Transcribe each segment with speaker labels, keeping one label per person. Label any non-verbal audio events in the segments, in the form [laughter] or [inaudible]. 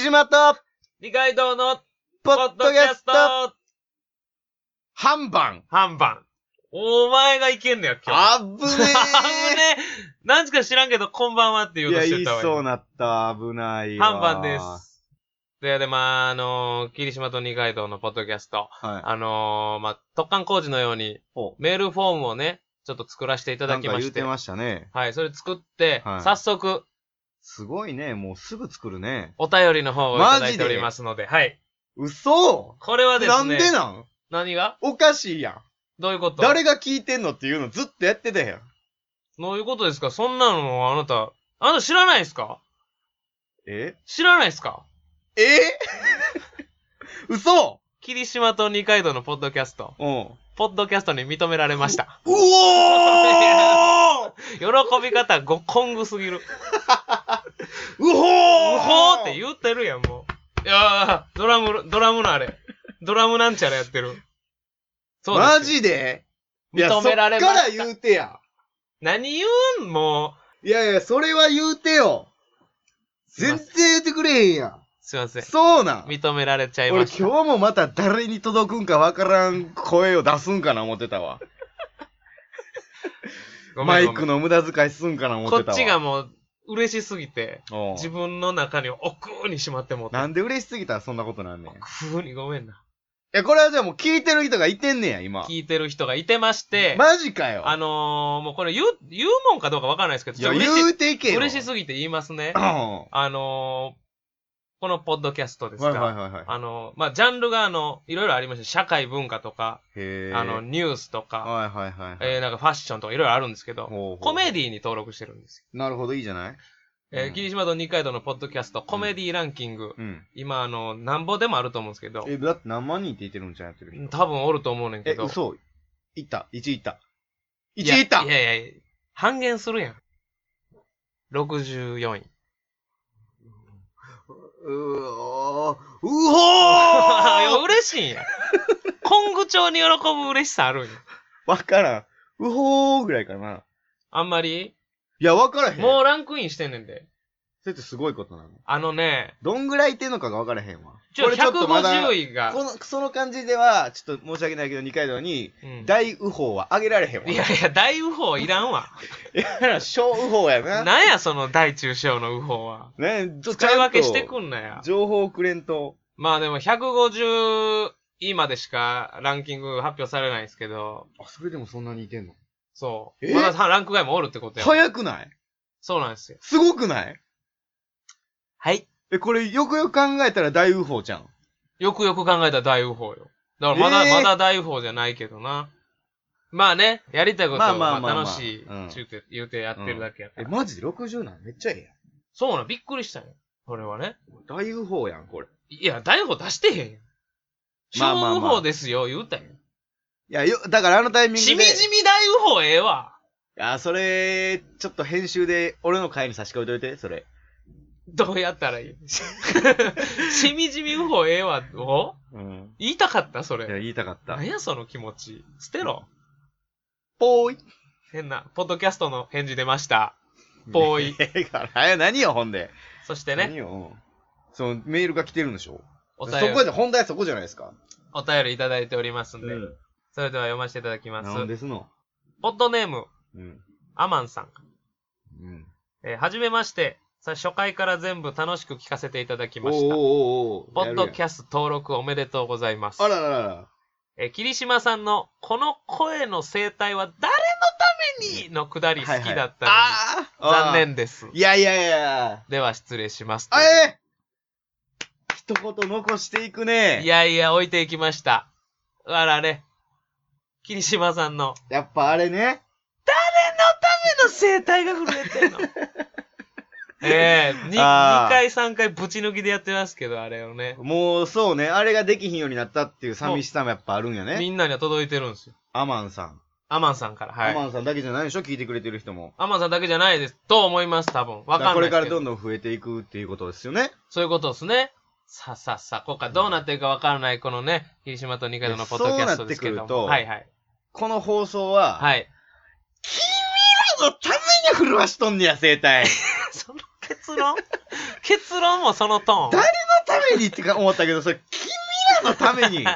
Speaker 1: 島と、
Speaker 2: 二階堂の
Speaker 1: ポッドキャスト、半番。
Speaker 2: 半番。お前がいけんのよ、今日。
Speaker 1: あぶね
Speaker 2: あぶね何時か知らんけど、こんばんは [laughs] って言
Speaker 1: ー。いう
Speaker 2: と
Speaker 1: や、
Speaker 2: し
Speaker 1: 言
Speaker 2: て
Speaker 1: い
Speaker 2: たわ。
Speaker 1: そうなった。危ないわ。
Speaker 2: 半番です。というわけで、まあ、あのー、霧島と二階堂のポッドキャスト。
Speaker 1: は
Speaker 2: あのー、まあ、特貫工事のように、
Speaker 1: い。お、
Speaker 2: メールフォームをね、ちょっと作らせていた
Speaker 1: な
Speaker 2: だ
Speaker 1: ん
Speaker 2: き
Speaker 1: か
Speaker 2: ま
Speaker 1: 言
Speaker 2: し
Speaker 1: う
Speaker 2: て。
Speaker 1: てましたね。
Speaker 2: はい、それ作って、
Speaker 1: はい
Speaker 2: 早速、
Speaker 1: すごいね。もうすぐ作るね。
Speaker 2: お便りの方をいただいておりますので、はい。
Speaker 1: 嘘
Speaker 2: これはですね、
Speaker 1: なんでなん
Speaker 2: 何が
Speaker 1: おかしいやん。
Speaker 2: どういうこと
Speaker 1: 誰が聞いてんのっていうのずっとやってたやん。
Speaker 2: どういうことですかそんなの、あなた、あなた知らないですか
Speaker 1: え
Speaker 2: 知らないですか
Speaker 1: え [laughs] 嘘
Speaker 2: 霧島と二階堂のポッドキャスト。
Speaker 1: うん。う
Speaker 2: ポッドキャストに認められ
Speaker 1: [laughs]
Speaker 2: ました。
Speaker 1: おー
Speaker 2: 喜び方ごこんぐすぎる。
Speaker 1: うほーう
Speaker 2: うほーって言ってるやん、もう。いやー、ドラム、ドラムのあれ。ドラムなんちゃらやってる。そうですよ
Speaker 1: マジでいや
Speaker 2: 認められました
Speaker 1: そっから言うてや。
Speaker 2: 何言うんもう。
Speaker 1: いやいや、それは言うてよ。
Speaker 2: すい
Speaker 1: 全
Speaker 2: ません
Speaker 1: 然言うてくれへんやん。
Speaker 2: すいません。
Speaker 1: そうなん。
Speaker 2: 認められちゃい
Speaker 1: 俺
Speaker 2: ました。
Speaker 1: 今日もまた誰に届くんかわからん声を出すんかな思ってたわ。
Speaker 2: ご
Speaker 1: マ
Speaker 2: めん
Speaker 1: イクの無駄遣いすんかな思って
Speaker 2: こ
Speaker 1: たわ。
Speaker 2: っちがもう、嬉しすぎて、
Speaker 1: おう
Speaker 2: 自分の中に奥にしまってもうた。
Speaker 1: なんで嬉しすぎたらそんなことなんねん。い
Speaker 2: ふうにごめんな。
Speaker 1: や、これはじゃあもう聞いてる人がいてんねや、今。
Speaker 2: 聞いてる人がいてまして、
Speaker 1: マジかよ。
Speaker 2: あのー、もうこれ言う、言うもんかどうかわからないですけど、
Speaker 1: い
Speaker 2: ちょ
Speaker 1: や、
Speaker 2: っと嬉
Speaker 1: 言う
Speaker 2: し
Speaker 1: ていけよ。
Speaker 2: 嬉し
Speaker 1: ぎ。
Speaker 2: すぎて言いますね
Speaker 1: は
Speaker 2: あのー、このポッドキャストで
Speaker 1: い
Speaker 2: すか。
Speaker 1: はいはいはい。
Speaker 2: あのー、まあ、ジャンルがあの、いろいろありまして、社会文化とか、
Speaker 1: へー
Speaker 2: あの、ニュースとか、
Speaker 1: はいはいはいはい。
Speaker 2: えー、なんかファッションとかいろいろあるんですけど、
Speaker 1: ほうほう
Speaker 2: コメディに登録してるんです
Speaker 1: なるほど、いいじゃない
Speaker 2: よ。えー
Speaker 1: うん
Speaker 2: 霧島と二階堂のポッドキャスト、コメディランキング、
Speaker 1: うん。
Speaker 2: 今、あの、なんぼでもあると思うんですけど、
Speaker 1: え、だって何万人って言ってるんじゃん、やってる人。
Speaker 2: 多分おると思うねんけ
Speaker 1: え、
Speaker 2: ど。
Speaker 1: 嘘いった。1いった。
Speaker 2: い
Speaker 1: 1
Speaker 2: や
Speaker 1: いった
Speaker 2: いやいや、半減するやん。64位。
Speaker 1: うおーう
Speaker 2: [laughs] あいや
Speaker 1: ほー
Speaker 2: 嬉しいんや。今後調に喜ぶ嬉しさあるんや。
Speaker 1: わからん。うほーぐらいかな。
Speaker 2: あんまり
Speaker 1: いや、わからへん。
Speaker 2: も
Speaker 1: そう
Speaker 2: ランクインしてんねんで。
Speaker 1: れってすごいことなの。
Speaker 2: あのね、
Speaker 1: どんぐらいいってんのかがわからへんわ。
Speaker 2: ちょ、
Speaker 1: これちょっとまだ
Speaker 2: 150位が
Speaker 1: こ。の、その感じでは、ちょっと申し訳ないけど、二階堂に、
Speaker 2: うん
Speaker 1: 大右法はあげられへんわ。
Speaker 2: いやいや、大右法いら
Speaker 1: [laughs]
Speaker 2: んわ。
Speaker 1: いや、小右法やな。
Speaker 2: なんや、その大中小の右法は。
Speaker 1: ね、ちょ
Speaker 2: 使い分けして
Speaker 1: ちゃ
Speaker 2: く
Speaker 1: ん
Speaker 2: んなや
Speaker 1: と。情報をくれんと。
Speaker 2: まあでも、150位までしかランキング発表されないですけど、
Speaker 1: あ、それでもそんなにいてんの
Speaker 2: そう。
Speaker 1: え
Speaker 2: まださランク外もおるってことや。
Speaker 1: 早くない
Speaker 2: そうなんですよ。
Speaker 1: すごくない
Speaker 2: はい。
Speaker 1: え、これよくよく考えたら大右法じゃん。
Speaker 2: よくよく考えたら大右法よ。だからまだ、
Speaker 1: えー
Speaker 2: まだ大右法じゃないけどな。まあね、やりたいこと
Speaker 1: まあ
Speaker 2: は
Speaker 1: まあまあまあ
Speaker 2: 楽しい
Speaker 1: うん、
Speaker 2: ちゅうて、言うてやってるだけやか
Speaker 1: え、
Speaker 2: ら。
Speaker 1: マジで60なんめっちゃええやん。
Speaker 2: そうなん、びっくりしたよ。それはね。
Speaker 1: 大右法やん、これ。
Speaker 2: いや、大右法出してへんやん。
Speaker 1: まあまあまあ
Speaker 2: 小右法ですよ、言うたよ。
Speaker 1: いや、よ、だからあのタイミングで。
Speaker 2: しみじみ大右法ええわ。
Speaker 1: いや、それ、ちょっと編集で俺の回に差し込んでおいて、それ。
Speaker 2: どうやったらい [laughs] いしみじみ右法ええわ。お
Speaker 1: うん。
Speaker 2: 言いたかったそ
Speaker 1: いや、
Speaker 2: れ。
Speaker 1: 言いたかった
Speaker 2: なん。やその気持ち。捨てろ。
Speaker 1: ぽーい。
Speaker 2: 変な、ポッドキャストの返事出ました。ぽーい。
Speaker 1: [laughs] ええから、え何よ、ほんで。
Speaker 2: そしてね、
Speaker 1: 何よ。その、メールが来てるんでしょ
Speaker 2: お
Speaker 1: そ
Speaker 2: 便
Speaker 1: こ
Speaker 2: り、
Speaker 1: で、本題はそこじゃないですか。
Speaker 2: お便りいただいておりますんで、。それでは読ませていただきます。
Speaker 1: なんですの。
Speaker 2: ポッドネーム、
Speaker 1: うん。
Speaker 2: アマンさん。
Speaker 1: うん。
Speaker 2: えーはじめまして。さ初回から全部楽しく聞かせていただき
Speaker 1: お
Speaker 2: ま
Speaker 1: ー
Speaker 2: した。
Speaker 1: おーおー
Speaker 2: ポッドキ
Speaker 1: ャ
Speaker 2: ャスト登録おめでとうございます。
Speaker 1: あらららら。
Speaker 2: えー霧島さんの、この声の声帯は誰のためにのくだり好きだったのに、
Speaker 1: ああ
Speaker 2: 残念です。
Speaker 1: いやいやいや。
Speaker 2: では失礼します。
Speaker 1: あえ一言残していくね。
Speaker 2: いやいや、置いていきました。あらね。霧島さんの、
Speaker 1: やっぱあれね。
Speaker 2: 誰のための声帯が震 [laughs] えてんのええに二
Speaker 1: あー
Speaker 2: 2回3回ぶち抜きでやってますけど、あれをね。
Speaker 1: もうそうね、あれができひんようになったっていう寂しさもやっぱあるんや
Speaker 2: み
Speaker 1: ね。
Speaker 2: んなには届いてるんですよ。
Speaker 1: アマンさん。
Speaker 2: アマンさんから。は
Speaker 1: ア
Speaker 2: い。
Speaker 1: マンさんだけじゃないでしょ聞いてくれてる人も。
Speaker 2: アマンさんだけじゃないです。と思います、多分。わかんないですけど。
Speaker 1: これからどんどん増えていくっていうことですよね。
Speaker 2: そういうことですね。さあさあさあ、今回どうなってるかわからない、このね、霧島と二階堂のポッドキャストですけども。
Speaker 1: そうなっ
Speaker 2: は
Speaker 1: て
Speaker 2: い
Speaker 1: く
Speaker 2: はい。
Speaker 1: この放送は、
Speaker 2: [laughs] はい。
Speaker 1: のために震わしとんねや、生態。
Speaker 2: [laughs] その結論結論もそのトーン。
Speaker 1: 誰のためにってか思ったけど、それ、君らのため
Speaker 2: [laughs]
Speaker 1: に、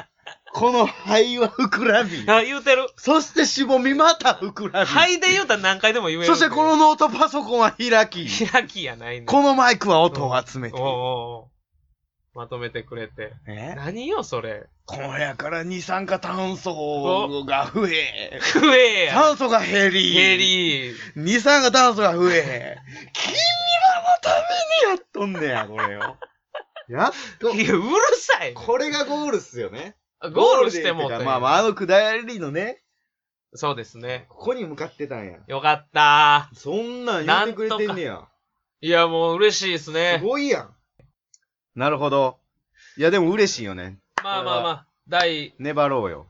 Speaker 1: この肺は膨らみ、
Speaker 2: あ、言うてる。
Speaker 1: そしてしぼみまた膨らみ、
Speaker 2: 肺で言うたら何回でも言える。
Speaker 1: そしてこの、ノートパソコンは開き、
Speaker 2: [laughs] 開きやないねん。
Speaker 1: このマイクは音を集めて
Speaker 2: おう、おうおうまとめてくれて。
Speaker 1: ね、
Speaker 2: 何よ、それ。
Speaker 1: この部屋から二酸化炭素が増え、
Speaker 2: 食えや。
Speaker 1: 酸素が減り、
Speaker 2: ヘリー。
Speaker 1: 二酸化炭素が増え、君らのためにやっとんねや、これを。やっと。
Speaker 2: いや、うるさい。
Speaker 1: これがゴールっすよね。
Speaker 2: ゴールしても
Speaker 1: ゴ
Speaker 2: う
Speaker 1: ールでっ
Speaker 2: た
Speaker 1: て
Speaker 2: ん
Speaker 1: か
Speaker 2: や
Speaker 1: まあまあ、あのくだりのね、
Speaker 2: そうですね。
Speaker 1: ここに向かってたんや。
Speaker 2: よかった
Speaker 1: そんなん言ってくれてんねや。
Speaker 2: ー。いや、もう嬉しいです
Speaker 1: す
Speaker 2: ね。
Speaker 1: ごいやん。なるほど。いや、でも嬉しいよね。
Speaker 2: まあまあまあ、第、
Speaker 1: 粘ろうよ。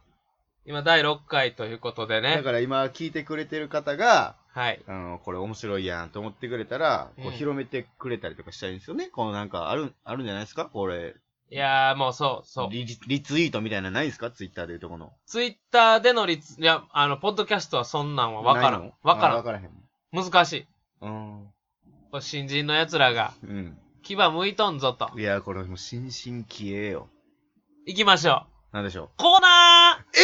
Speaker 2: 今第6回ということで
Speaker 1: だ
Speaker 2: ね。
Speaker 1: から今聞いてくれてる方が、
Speaker 2: はい。
Speaker 1: あの、これ面白いやんと思ってくれたら、こ
Speaker 2: う
Speaker 1: うん広めてくれたりとかしたいんですよね。このなんか、ある、あるんじゃないですかこれ、
Speaker 2: いやー、もうそう、そう。
Speaker 1: リリリツイートみたいなのないですかツイッターでいうとこの。
Speaker 2: ツイッターでのリツ、いや、あの、ポッドキャストはそんなんはわから
Speaker 1: ない
Speaker 2: ん
Speaker 1: の。
Speaker 2: わか
Speaker 1: あ
Speaker 2: ら
Speaker 1: わ
Speaker 2: ん。
Speaker 1: からへん。
Speaker 2: 難しい。
Speaker 1: うん。
Speaker 2: これ新人の奴らが、
Speaker 1: うん。
Speaker 2: 牙向いとんぞと。
Speaker 1: いや、これもう新進気鋭よ。
Speaker 2: 行きましょ
Speaker 1: なんでしょう
Speaker 2: う。コーナ
Speaker 1: え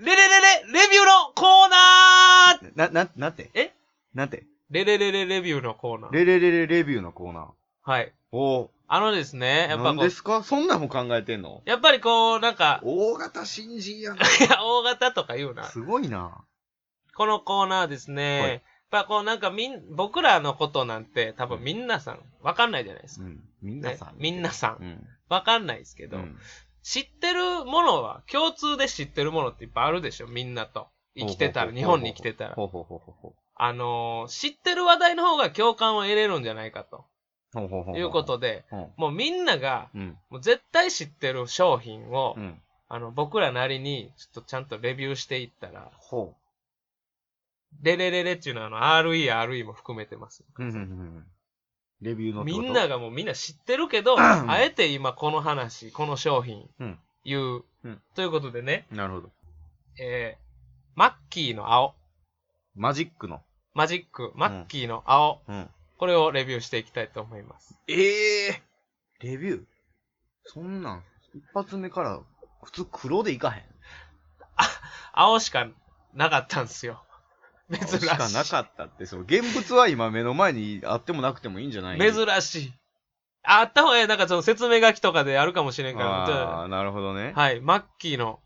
Speaker 2: ーレレレレレビューのコーナー
Speaker 1: えな、な、なんて
Speaker 2: え
Speaker 1: なんて
Speaker 2: レレレレレビューのコーナー。
Speaker 1: レレレレレビューのコーナー。
Speaker 2: はい。
Speaker 1: おー。
Speaker 2: あのですね、やっぱ
Speaker 1: 何
Speaker 2: こう
Speaker 1: で、すかそんなんも考えてんの
Speaker 2: やっぱりこう、なんか、 [laughs]
Speaker 1: 大型新人やな。
Speaker 2: いや大型とか言うな。
Speaker 1: すごいな。
Speaker 2: このコーナーですね、
Speaker 1: はい
Speaker 2: やっぱこうなんかみん、僕らのことなんて多分みんなさん、わかんないじゃないです
Speaker 1: う
Speaker 2: か。
Speaker 1: ん。みん
Speaker 2: ね
Speaker 1: なさん。
Speaker 2: みんなさん。
Speaker 1: うん。
Speaker 2: わかんないですけ
Speaker 1: う
Speaker 2: ど、
Speaker 1: ん。
Speaker 2: 知ってるものは、共通で知ってるものっていっぱいあるでしょ、みんなと。生きてたら、日本に生きてたら。
Speaker 1: ほうほうほうほうほう。
Speaker 2: あのー知ってる話題の方が共感を得れるんじゃないかと。
Speaker 1: ほうほうほう。
Speaker 2: いうことで、
Speaker 1: うん。
Speaker 2: もうみんなが、
Speaker 1: うん。
Speaker 2: もう絶対知ってる商品を、
Speaker 1: うん。
Speaker 2: あの、僕らなりに、ちょっとちゃんとレビューしていったら、
Speaker 1: ほ
Speaker 2: レレレレっていうのは、あの、RE、RE も含めてます。
Speaker 1: う。うんうんうん。レビューのって
Speaker 2: み
Speaker 1: こと
Speaker 2: んな、がもうみんな知ってるけど、
Speaker 1: ん
Speaker 2: あえて今この話、この商品、
Speaker 1: うん。
Speaker 2: 言う。
Speaker 1: うん
Speaker 2: ということでね、
Speaker 1: なるほど。
Speaker 2: えー、マッキーの青、
Speaker 1: マジックの。
Speaker 2: マジック、マッキーの青、
Speaker 1: うん。
Speaker 2: これをレビューしていきたいと思います。
Speaker 1: ええレビューそんなん、一発目から、普通黒でいかへん。
Speaker 2: 青しかなかったんですよ。珍しい。
Speaker 1: しかなかったって、その現物は今目の前にあってもなくてもいいんじゃない
Speaker 2: 珍しい。ああった方がええ、なんかその説明書きとかであるかもしれん
Speaker 1: あ
Speaker 2: か
Speaker 1: あ、なるほどね
Speaker 2: ら。。はい、マッキーの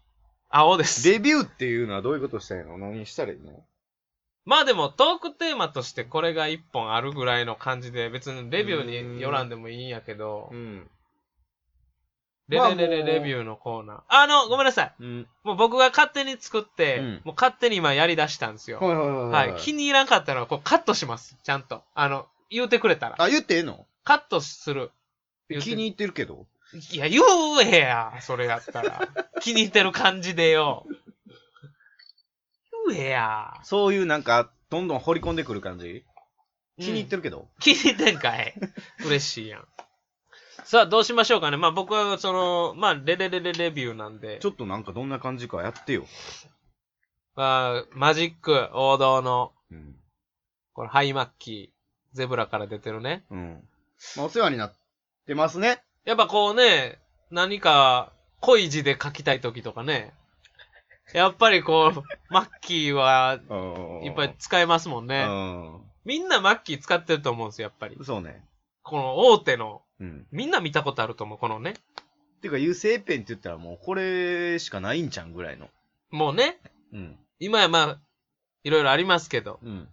Speaker 2: 青です。
Speaker 1: レビューっていうのはどういうことしたらいいの何したらいいの
Speaker 2: まあでもトークテーマとしてこれが一本あるぐらいの感じで、別にレビューによらんでもいいんやけど、
Speaker 1: ん。
Speaker 2: レ
Speaker 1: まあ
Speaker 2: レレレ
Speaker 1: もう
Speaker 2: レビューのコーナー。あの、ごめんなさい。
Speaker 1: うん。
Speaker 2: もう僕が勝手に作って、
Speaker 1: うん
Speaker 2: もう勝手に今やり出したんですよ。
Speaker 1: はいはいはい
Speaker 2: はい。気に入らんかったのは、こうカットします。ちゃんと。あの、言うてくれたら。
Speaker 1: あ、言ってええの
Speaker 2: カットする。言うて
Speaker 1: 気に入ってるけど。
Speaker 2: いや、言えや。それやっ
Speaker 1: [laughs]
Speaker 2: たら。気に入ってる感じでよ。言えや。
Speaker 1: そういうなんか、どんどん掘り込んでくる感じ気に入って
Speaker 2: る。
Speaker 1: るけど。
Speaker 2: 気に入ってんかい。嬉しいやん。さあ、どうしましょうかね。まあ僕は、その、まあ、レレレレレビューなんで
Speaker 1: ち。ょっとなんかどんな感じかやってよ。
Speaker 2: まあ、マジック王道の
Speaker 1: うん。
Speaker 2: これ、ハイマッキー、ゼブラから出てるね。
Speaker 1: うん。まあ、お世話になってますね。
Speaker 2: やっぱこうね、何か、濃い字で書きたい時とかね。やっぱりこう、マッキーは、い
Speaker 1: い
Speaker 2: っぱい使えますもん
Speaker 1: う
Speaker 2: ね。みんなマッキー使ってると思うんですよ、やっぱり
Speaker 1: ん。。そうね。
Speaker 2: この大手の、
Speaker 1: うん。
Speaker 2: みんな見たことあると思う、このね。
Speaker 1: てか、優勢ペンって言ったらもうこれしかないんちゃうんぐらいの。
Speaker 2: もうね、
Speaker 1: うん。
Speaker 2: 今やまあ、いろいろありますけど、
Speaker 1: うん。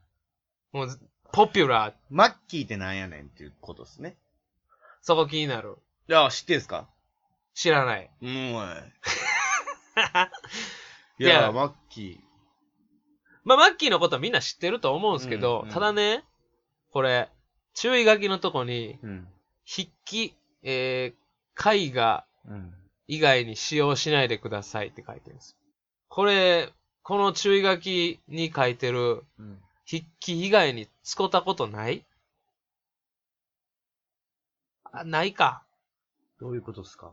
Speaker 2: もう、ポピュラー、
Speaker 1: マッキーってなんやねんっていうことですね。
Speaker 2: そこ気になる。
Speaker 1: いや、知ってんすか
Speaker 2: 知らない。
Speaker 1: うん、
Speaker 2: [laughs]
Speaker 1: おい。い
Speaker 2: いや
Speaker 1: や、マッキ
Speaker 2: まあ、マッキーのことはみんな知ってると思うんですけど、
Speaker 1: うんうん
Speaker 2: ただね、これ、注意書きのとこに、
Speaker 1: ー。うん。
Speaker 2: 筆記、えー、絵画
Speaker 1: うん。
Speaker 2: 以外に使用しないでくださいって書いてるんですよ。これ、この注意書きに書いてる
Speaker 1: うん。
Speaker 2: 筆記以外に使ったことないあ、ないか。
Speaker 1: どういうことですか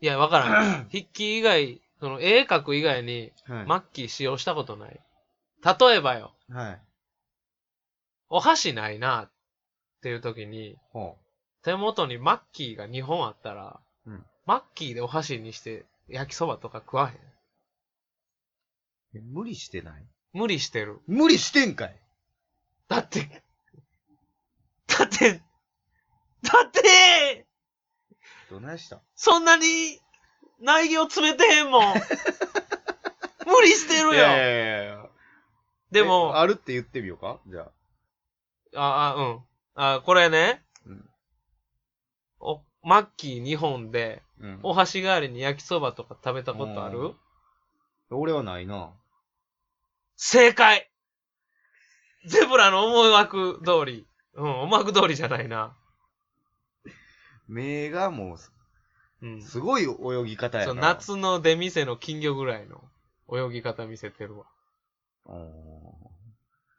Speaker 2: いや、わから
Speaker 1: [laughs]
Speaker 2: ん。筆記以外、その絵描く以外に
Speaker 1: はい。
Speaker 2: マッキー使用したことない。例えばよ、
Speaker 1: はい。
Speaker 2: お箸ないなっていう時に、
Speaker 1: ほ
Speaker 2: 手元にマッキーが2本あったら、
Speaker 1: うん
Speaker 2: マッキーでお箸にして焼きそばとか食わへん。
Speaker 1: え無理してない
Speaker 2: 無理してる。
Speaker 1: 無理してんかい
Speaker 2: だって、 [laughs] だって、だって、
Speaker 1: どないした
Speaker 2: そんなに内容詰めてへんも
Speaker 1: [laughs]
Speaker 2: ん。無理してるよ。
Speaker 1: いやいやいや
Speaker 2: で
Speaker 1: え
Speaker 2: も、あ
Speaker 1: あるって言ってみようかじゃあ。
Speaker 2: あ、うん。あ、これね、
Speaker 1: うん
Speaker 2: お、マッキー2本で、
Speaker 1: うん
Speaker 2: お箸代わりに焼きそばとか食べたことある、
Speaker 1: うん俺はないな。
Speaker 2: 正解ゼブラの思惑通り。うん、思惑通りじゃないな。
Speaker 1: 目がもうす、
Speaker 2: うん。
Speaker 1: すごい泳ぎ方や
Speaker 2: そう
Speaker 1: な。。
Speaker 2: 夏の出店の金魚ぐらいの泳ぎ方見せてるわ。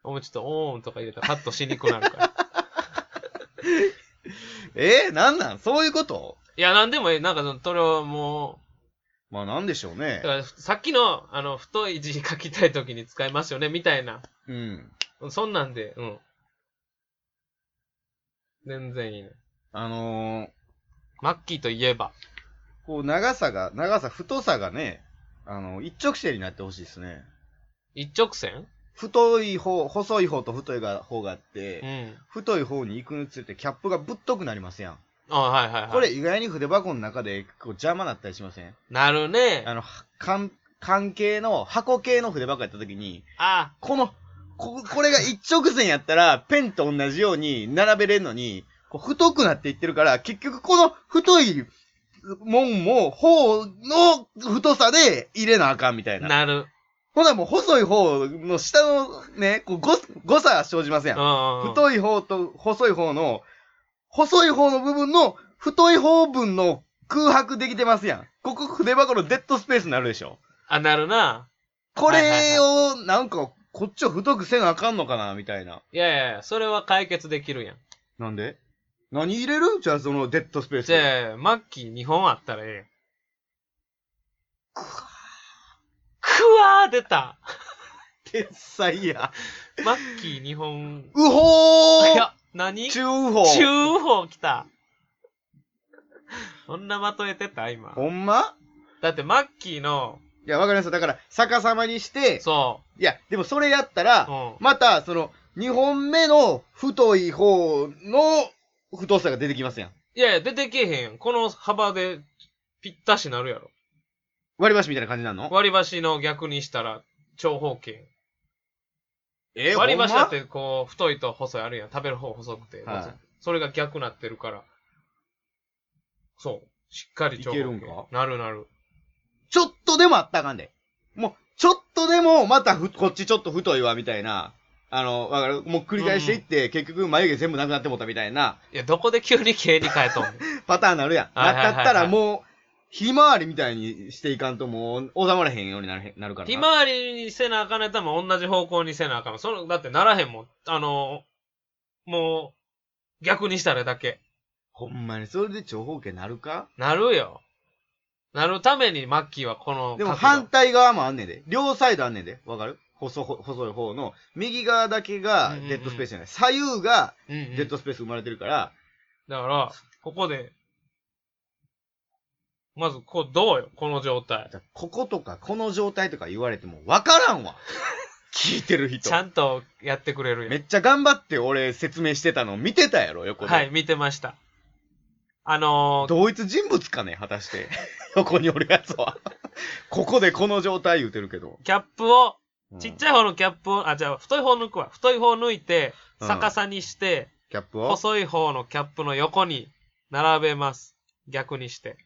Speaker 2: お前ちょっとオーンとか入れたらカットしにくくなる [laughs] から。
Speaker 1: えー、なんなんそういうこと
Speaker 2: いや、なんでもええ。なんかその、それをも
Speaker 1: まあなんでしょう
Speaker 2: う、だ
Speaker 1: ね
Speaker 2: か。らさっきの、あの、太い字書きたい時に使いますよね、みたいな。
Speaker 1: うん。
Speaker 2: うんそんなんで、うん。全然いいね。
Speaker 1: あのー、
Speaker 2: マッキーといえば。
Speaker 1: こう長さが、長さ、太さがね、あの、一直線になってほしいですね。
Speaker 2: 一直線
Speaker 1: 太い方、細い方と太いが方があっ
Speaker 2: う
Speaker 1: て、
Speaker 2: ん。
Speaker 1: 太い方に行くにつれてキャップがぶっとくなりますやん。
Speaker 2: あはいはいはい。
Speaker 1: これ意外に筆箱の中でこう邪魔なったりしません
Speaker 2: なるね。
Speaker 1: あの、関、関係の、箱系の筆箱やった時に、
Speaker 2: あ
Speaker 1: この、こ、これが一直線やったら、ペンと同じように並べれんのに、こう太くなっていってるから、結局この太い門も、方の太さで入れなあかんみたいな。
Speaker 2: なる。
Speaker 1: ほなもう細い方の下のね、こう誤誤差が生じますや。
Speaker 2: うんん。
Speaker 1: 太い方と細い方の、細い方の部分の太い方分の空白できてますやん。ここ筆箱のデッドスペースになるでしょ。
Speaker 2: あ、なるな。
Speaker 1: これを、なんか、こっちを太くせなあかんのかな、みたいな。
Speaker 2: いやいやいや、それは解決できるやん。
Speaker 1: なんで何入れるじゃあそのデッドスペース。
Speaker 2: じゃあ、マッキー2本あったらええやん。くわー出た
Speaker 1: 天才や。
Speaker 2: マッキー2本。
Speaker 1: うほー
Speaker 2: いや、何中
Speaker 1: 中うほ
Speaker 2: 法来た。そんなまとえてた今。
Speaker 1: ほんま
Speaker 2: だってマッキーの、
Speaker 1: いや、わかりますだから、逆さまにして、
Speaker 2: そ
Speaker 1: いや、でもそれやった
Speaker 2: う、う
Speaker 1: ら、
Speaker 2: ん。
Speaker 1: また、その、2本目の太い方の太さが出てきますやん。
Speaker 2: いやいや、出てけえへんやん。この幅で、ぴったしなるやろ。
Speaker 1: 割り箸みたいな感じなの
Speaker 2: [laughs] 割り箸の逆にしたら、長方形。
Speaker 1: え
Speaker 2: 割り箸だっ
Speaker 1: ほん
Speaker 2: てこう、太いと細いあるやん。食べる方細くて、
Speaker 1: はい
Speaker 2: 細くそれが逆なってるから。そう。しっかり長方形
Speaker 1: いけるんか
Speaker 2: なるなる。
Speaker 1: まちょっとでもあったらあかんで。もう、ちょっとでも、またふ、こっちちょっと太いわ、みたいな。あの、わかるもう繰り返していって、結局眉毛全部なくなってもったみたいな。
Speaker 2: いや、どこで急に形に変えとんの
Speaker 1: [laughs] パターンなるやん。
Speaker 2: は
Speaker 1: ない
Speaker 2: はいはいはい
Speaker 1: ったったらもう、ひまわりみたいにしていかんともう、収まらへんようになるなるからな。
Speaker 2: ひまわりにせなあかんやったらもう同じ方向にせなあかん。その、だってならへんもん。あのー、もう、逆にしたらだけ。
Speaker 1: ほんまに、それで長方形なるか
Speaker 2: なるよ。なるためにマッキーはこの角度、
Speaker 1: でも反対側もあんねんで。両サイドあんねんで。わかる細ほ、細い方の、右側だけがデッドスペースじゃない。左右が
Speaker 2: うんうん、
Speaker 1: デッドスペース生まれてるから、
Speaker 2: だから、ここで、まず、こう、どうよ、この状
Speaker 1: だ
Speaker 2: 態。
Speaker 1: からこことかこの状態とか言われてもわからんわ。 [laughs] 聞いてる人
Speaker 2: ち。ゃんとやってくれる
Speaker 1: め
Speaker 2: やん。
Speaker 1: っちゃ頑張って俺説明してたの見てたやろ、横で。
Speaker 2: はい、見てました。あのー、
Speaker 1: 同一人物かね果たして。 [laughs] 横におるやつは。 [laughs] ここでこの状態言うてるけど。
Speaker 2: キャップを、
Speaker 1: うん
Speaker 2: ちっちゃい方のキャップを、あ、じゃあ、太い方抜くわ。太い方抜いて、
Speaker 1: うん
Speaker 2: 逆さにして、
Speaker 1: キャップを
Speaker 2: 細い方のキャップの横に並べます。逆にして。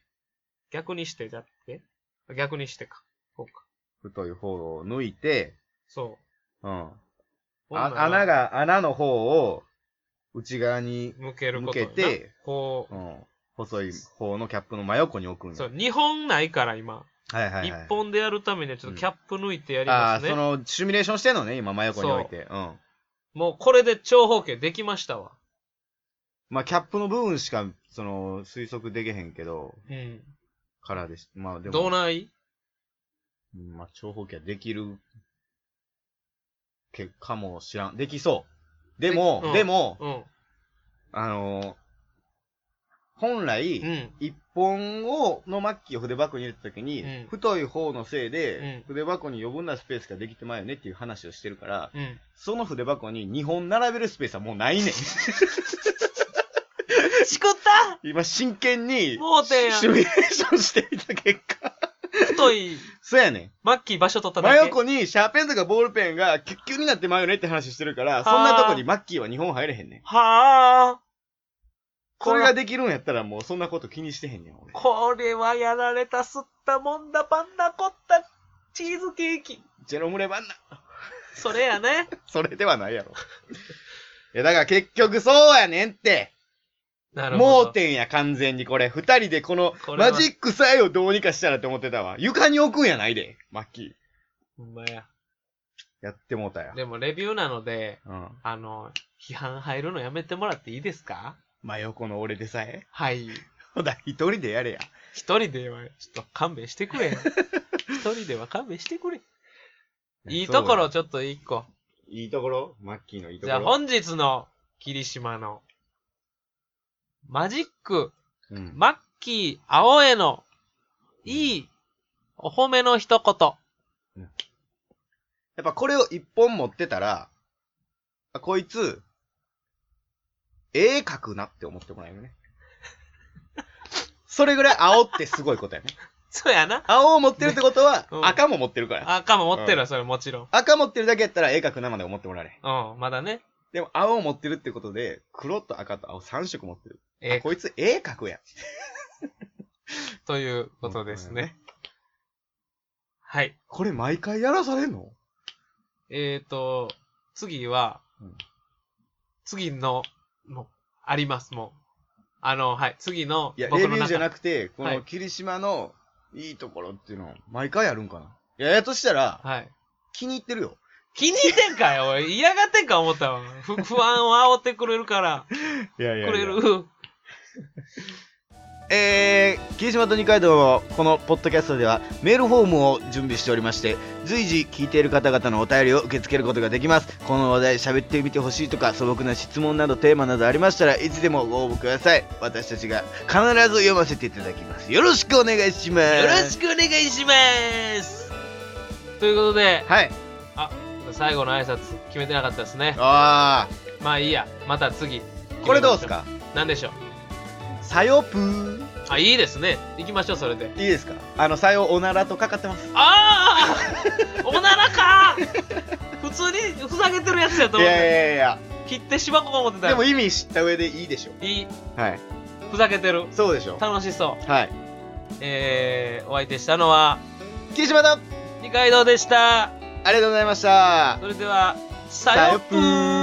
Speaker 2: 逆にして、じゃって。逆にしてか。こうか。
Speaker 1: 太い方を抜いて、
Speaker 2: そ
Speaker 1: うん。
Speaker 2: う。
Speaker 1: あ穴。が、穴の方を内側に、
Speaker 2: 向けること
Speaker 1: 向けて、
Speaker 2: こ
Speaker 1: う
Speaker 2: う、
Speaker 1: ん、細い方のキャップの真横に置くんや。
Speaker 2: そう、2本ないから、今。
Speaker 1: はいはい
Speaker 2: 一
Speaker 1: はい。
Speaker 2: 本でやるためにはちょっとキャップ抜いてやり
Speaker 1: あ
Speaker 2: ま
Speaker 1: あ、
Speaker 2: すね。
Speaker 1: その、シミュレーションしてんのね、今真横に置いて。うん。
Speaker 2: もうこれで長方形できましたわ。
Speaker 1: まあ、キャップの部分しか、その、推測できへんけど、
Speaker 2: うん。
Speaker 1: からです。まあ、でも、
Speaker 2: どうない
Speaker 1: うんまあ、長方形はできる、結果も知らん。できそう。でも、
Speaker 2: で
Speaker 1: で
Speaker 2: うん
Speaker 1: も、
Speaker 2: うん。
Speaker 1: あのー本来、
Speaker 2: うん。
Speaker 1: 一本を、の末期を筆箱に入れたときに、
Speaker 2: うん
Speaker 1: 太い方のせいで、
Speaker 2: うん
Speaker 1: 筆箱に余分なスペースができてまうよねっていう話をしてるから、
Speaker 2: うん。
Speaker 1: その筆箱に2本並べるスペースはもうないねん。
Speaker 2: しこった
Speaker 1: 今真剣に、
Speaker 2: もうてんやん
Speaker 1: シミュレーションしてみた結果。
Speaker 2: 太い、
Speaker 1: そうやねん。
Speaker 2: マッキー場所取っただ
Speaker 1: 真
Speaker 2: け。
Speaker 1: 横にシャーペンとかボールペンがキュッキュになってまうよねって話してるから、そんなとこにマッキーは2本入れへんねん。
Speaker 2: はあ。
Speaker 1: これができるんやったらもうそんなこと気にしてへんねん、俺。
Speaker 2: これはやられた、すったもんだ、パンナコッタ、チーズケーキ。
Speaker 1: ジェロムレバンナ。
Speaker 2: それやね。
Speaker 1: それではないやろ。 [laughs] いや、だから結局そうやねんって。
Speaker 2: な
Speaker 1: 盲点や、完全にこれ。二人でこの
Speaker 2: これは
Speaker 1: マジックさえをどうにかしたらって思ってたわ。床に置くんやないで、マッキー。
Speaker 2: ほんまや。
Speaker 1: やってもうたや。
Speaker 2: でも、レビューなので、
Speaker 1: うん。
Speaker 2: あの、批判入るのやめてもらっていいですか
Speaker 1: 真横の俺でさえ。 [laughs]
Speaker 2: はい。
Speaker 1: ほら、一人でやれや。
Speaker 2: 一人では、ちょっと勘弁し
Speaker 1: [laughs]
Speaker 2: てくれ。一人では勘弁してくれ。いいところ、ちょっと一個。
Speaker 1: いいところマッキーのいいと
Speaker 2: じ
Speaker 1: こ
Speaker 2: ゃ
Speaker 1: ろ。
Speaker 2: あ、本日の、霧島の、マジック、
Speaker 1: うん。
Speaker 2: マッキー、青江の、いい、お褒めの一
Speaker 1: や
Speaker 2: 言。
Speaker 1: っぱこれを一本持ってたら、あこいつ、絵描くなって思ってもらえるね。 [laughs] それぐらい青ってすごいことやね。
Speaker 2: そうやな。
Speaker 1: 青を持ってるってことは
Speaker 2: う、ん
Speaker 1: 赤も持ってるから。
Speaker 2: 赤も持ってるわ、それもちろん。
Speaker 1: 赤持ってるだけやったら絵描くなまで思ってもらえれ。
Speaker 2: うん、まだね。
Speaker 1: でも青を持ってるってことで、黒と赤と青3色持ってる。
Speaker 2: え
Speaker 1: あこいつ絵描くやん。
Speaker 2: ということですね。はい。
Speaker 1: これ毎回やらされんの
Speaker 2: えーと、次は、
Speaker 1: うん
Speaker 2: 次の、もう、あります、もう。あの、はい、次の、
Speaker 1: いや、レビューじゃな
Speaker 2: く
Speaker 1: くて、こ
Speaker 2: は
Speaker 1: の
Speaker 2: い
Speaker 1: 霧島のいいところっていうのを毎回やるんかな。いや、やとしたら、
Speaker 2: はい。
Speaker 1: 気に入ってるよ。
Speaker 2: 気に入ってんかよ、おい。嫌がってんか思っ
Speaker 1: [laughs]
Speaker 2: たわ。ふ不安を煽ってくれるから、
Speaker 1: いやい
Speaker 2: くれる。
Speaker 1: えー、霧島と二階堂のこのポッドキャストではメールフォームを準備しておりまして随時聞いている方々のお便りを受け付けることができますこの話題喋ってみてほしいとか素朴な質問などテーマなどありましたらいつでもご応募ください私たちが必ず読ませていただきますよろしくお願いします
Speaker 2: よろしくお願いしますということで、
Speaker 1: はい
Speaker 2: 最後の挨拶決めてなかったですね。
Speaker 1: あ
Speaker 2: まあいいや、また次。
Speaker 1: ーこれどうすか
Speaker 2: なんでしょう。
Speaker 1: さよぷー
Speaker 2: あ、いいですね。行きましょう、それで。
Speaker 1: いいですかあのさよおならとかかってます
Speaker 2: ああ [laughs] おならか普通にふざけてるやつやと
Speaker 1: い
Speaker 2: 思っ
Speaker 1: やい
Speaker 2: て。
Speaker 1: やいや
Speaker 2: 切ってしばこう思って
Speaker 1: い
Speaker 2: た
Speaker 1: やでも
Speaker 2: よ
Speaker 1: 意味知った上でいいでしょ
Speaker 2: いい。
Speaker 1: はい
Speaker 2: ふざけてる。
Speaker 1: そうでしょ
Speaker 2: 楽しそう。
Speaker 1: はい
Speaker 2: えー、お相手したのは、
Speaker 1: 霧島だ
Speaker 2: 二階堂でした。
Speaker 1: ありがとうございました
Speaker 2: それでは、さよっぷー